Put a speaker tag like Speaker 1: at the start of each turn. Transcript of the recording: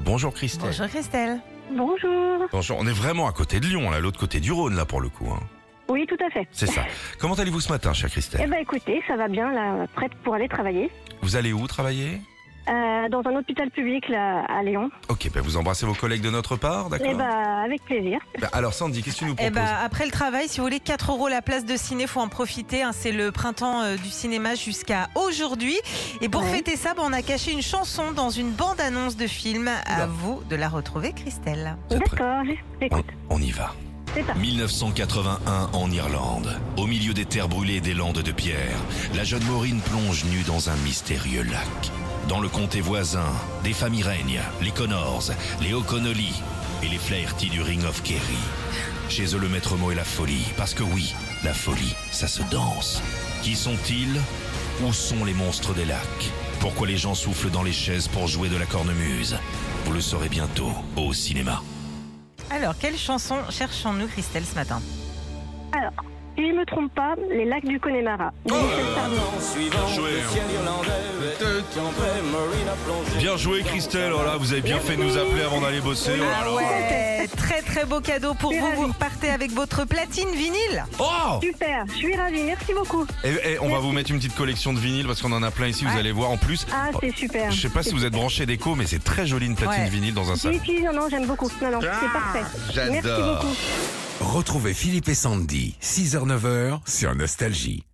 Speaker 1: Bonjour Christelle.
Speaker 2: Bonjour Christelle.
Speaker 3: Bonjour.
Speaker 1: Bonjour. On est vraiment à côté de Lyon, là, l'autre côté du Rhône, là, pour le coup. hein.
Speaker 3: Oui, tout à fait.
Speaker 1: C'est ça. Comment allez-vous ce matin, chère
Speaker 3: Eh
Speaker 1: Christelle
Speaker 3: ben écoutez, ça va bien là, prête pour aller travailler
Speaker 1: Vous allez où travailler
Speaker 3: euh, dans un hôpital public là à Lyon.
Speaker 1: Ok, ben vous embrassez vos collègues de notre part, d'accord
Speaker 3: Eh ben avec plaisir.
Speaker 1: Ben, Alors, Sandy, qu'est-ce que tu nous
Speaker 2: Eh
Speaker 1: proposes
Speaker 2: ben, après le travail, si vous voulez 4 euros la place de ciné, faut en profiter. hein. C'est le printemps euh, du cinéma jusqu'à aujourd'hui. Et pour
Speaker 3: Ouais.
Speaker 2: fêter ça, ben, on a caché une chanson dans une bande-annonce de film.
Speaker 1: Oula.
Speaker 2: À vous de la retrouver, Christelle.
Speaker 1: Vous êtes prêts
Speaker 3: D'accord,
Speaker 1: on,
Speaker 3: j'écoute.
Speaker 1: on y va.
Speaker 3: C'est parti.
Speaker 4: 1981 en Irlande, au milieu des terres brûlées et des landes de pierre, la jeune Maureen plonge nue dans un mystérieux lac. Dans le comté voisin, des familles règnent, les Connors, les O'Connolly et les Flaherty du Ring of Kerry. Chez eux, le maître mot est la folie, parce que oui, la folie, ça se danse. Qui sont-ils Où sont les monstres des lacs Pourquoi les gens soufflent dans les chaises pour jouer de la cornemuse Vous le saurez bientôt au cinéma.
Speaker 2: Alors, quelle chanson cherchons-nous, Christelle, ce matin
Speaker 3: Si je me trompe pas, les lacs du Connemara.
Speaker 1: Oh
Speaker 3: de Michel Sardou.
Speaker 5: Suivant
Speaker 1: joué,
Speaker 5: le
Speaker 1: hein.
Speaker 5: ciel irlandais, qui enlevait Maureen a plongé.
Speaker 1: Bien joué, Christelle. Oh là, vous avez bien fait de nous appeler avant d'aller bosser. Oh, là là.
Speaker 2: ouais. Très très beau cadeau pour
Speaker 3: Je suis
Speaker 2: vous. Vous
Speaker 3: ravie.
Speaker 2: repartez avec votre platine vinyle.
Speaker 1: Oh
Speaker 3: Super, je suis ravie, merci beaucoup.
Speaker 1: Et, et on va vous mettre une petite collection de vinyles parce qu'on en a plein ici, vous
Speaker 2: Ouais.
Speaker 1: allez voir en plus.
Speaker 3: Ah, c'est super.
Speaker 1: Oh, Je sais pas si vous êtes branché déco, mais c'est très joli une platine
Speaker 2: Ouais.
Speaker 1: vinyle dans un
Speaker 3: Oui,
Speaker 1: salon.
Speaker 3: oui, non, non, j'aime beaucoup. Non, non, c'est parfait. Merci
Speaker 1: Ah, j'adore.
Speaker 3: beaucoup.
Speaker 6: Retrouvez Philippe et Sandy, 6h-9h sur Nostalgie.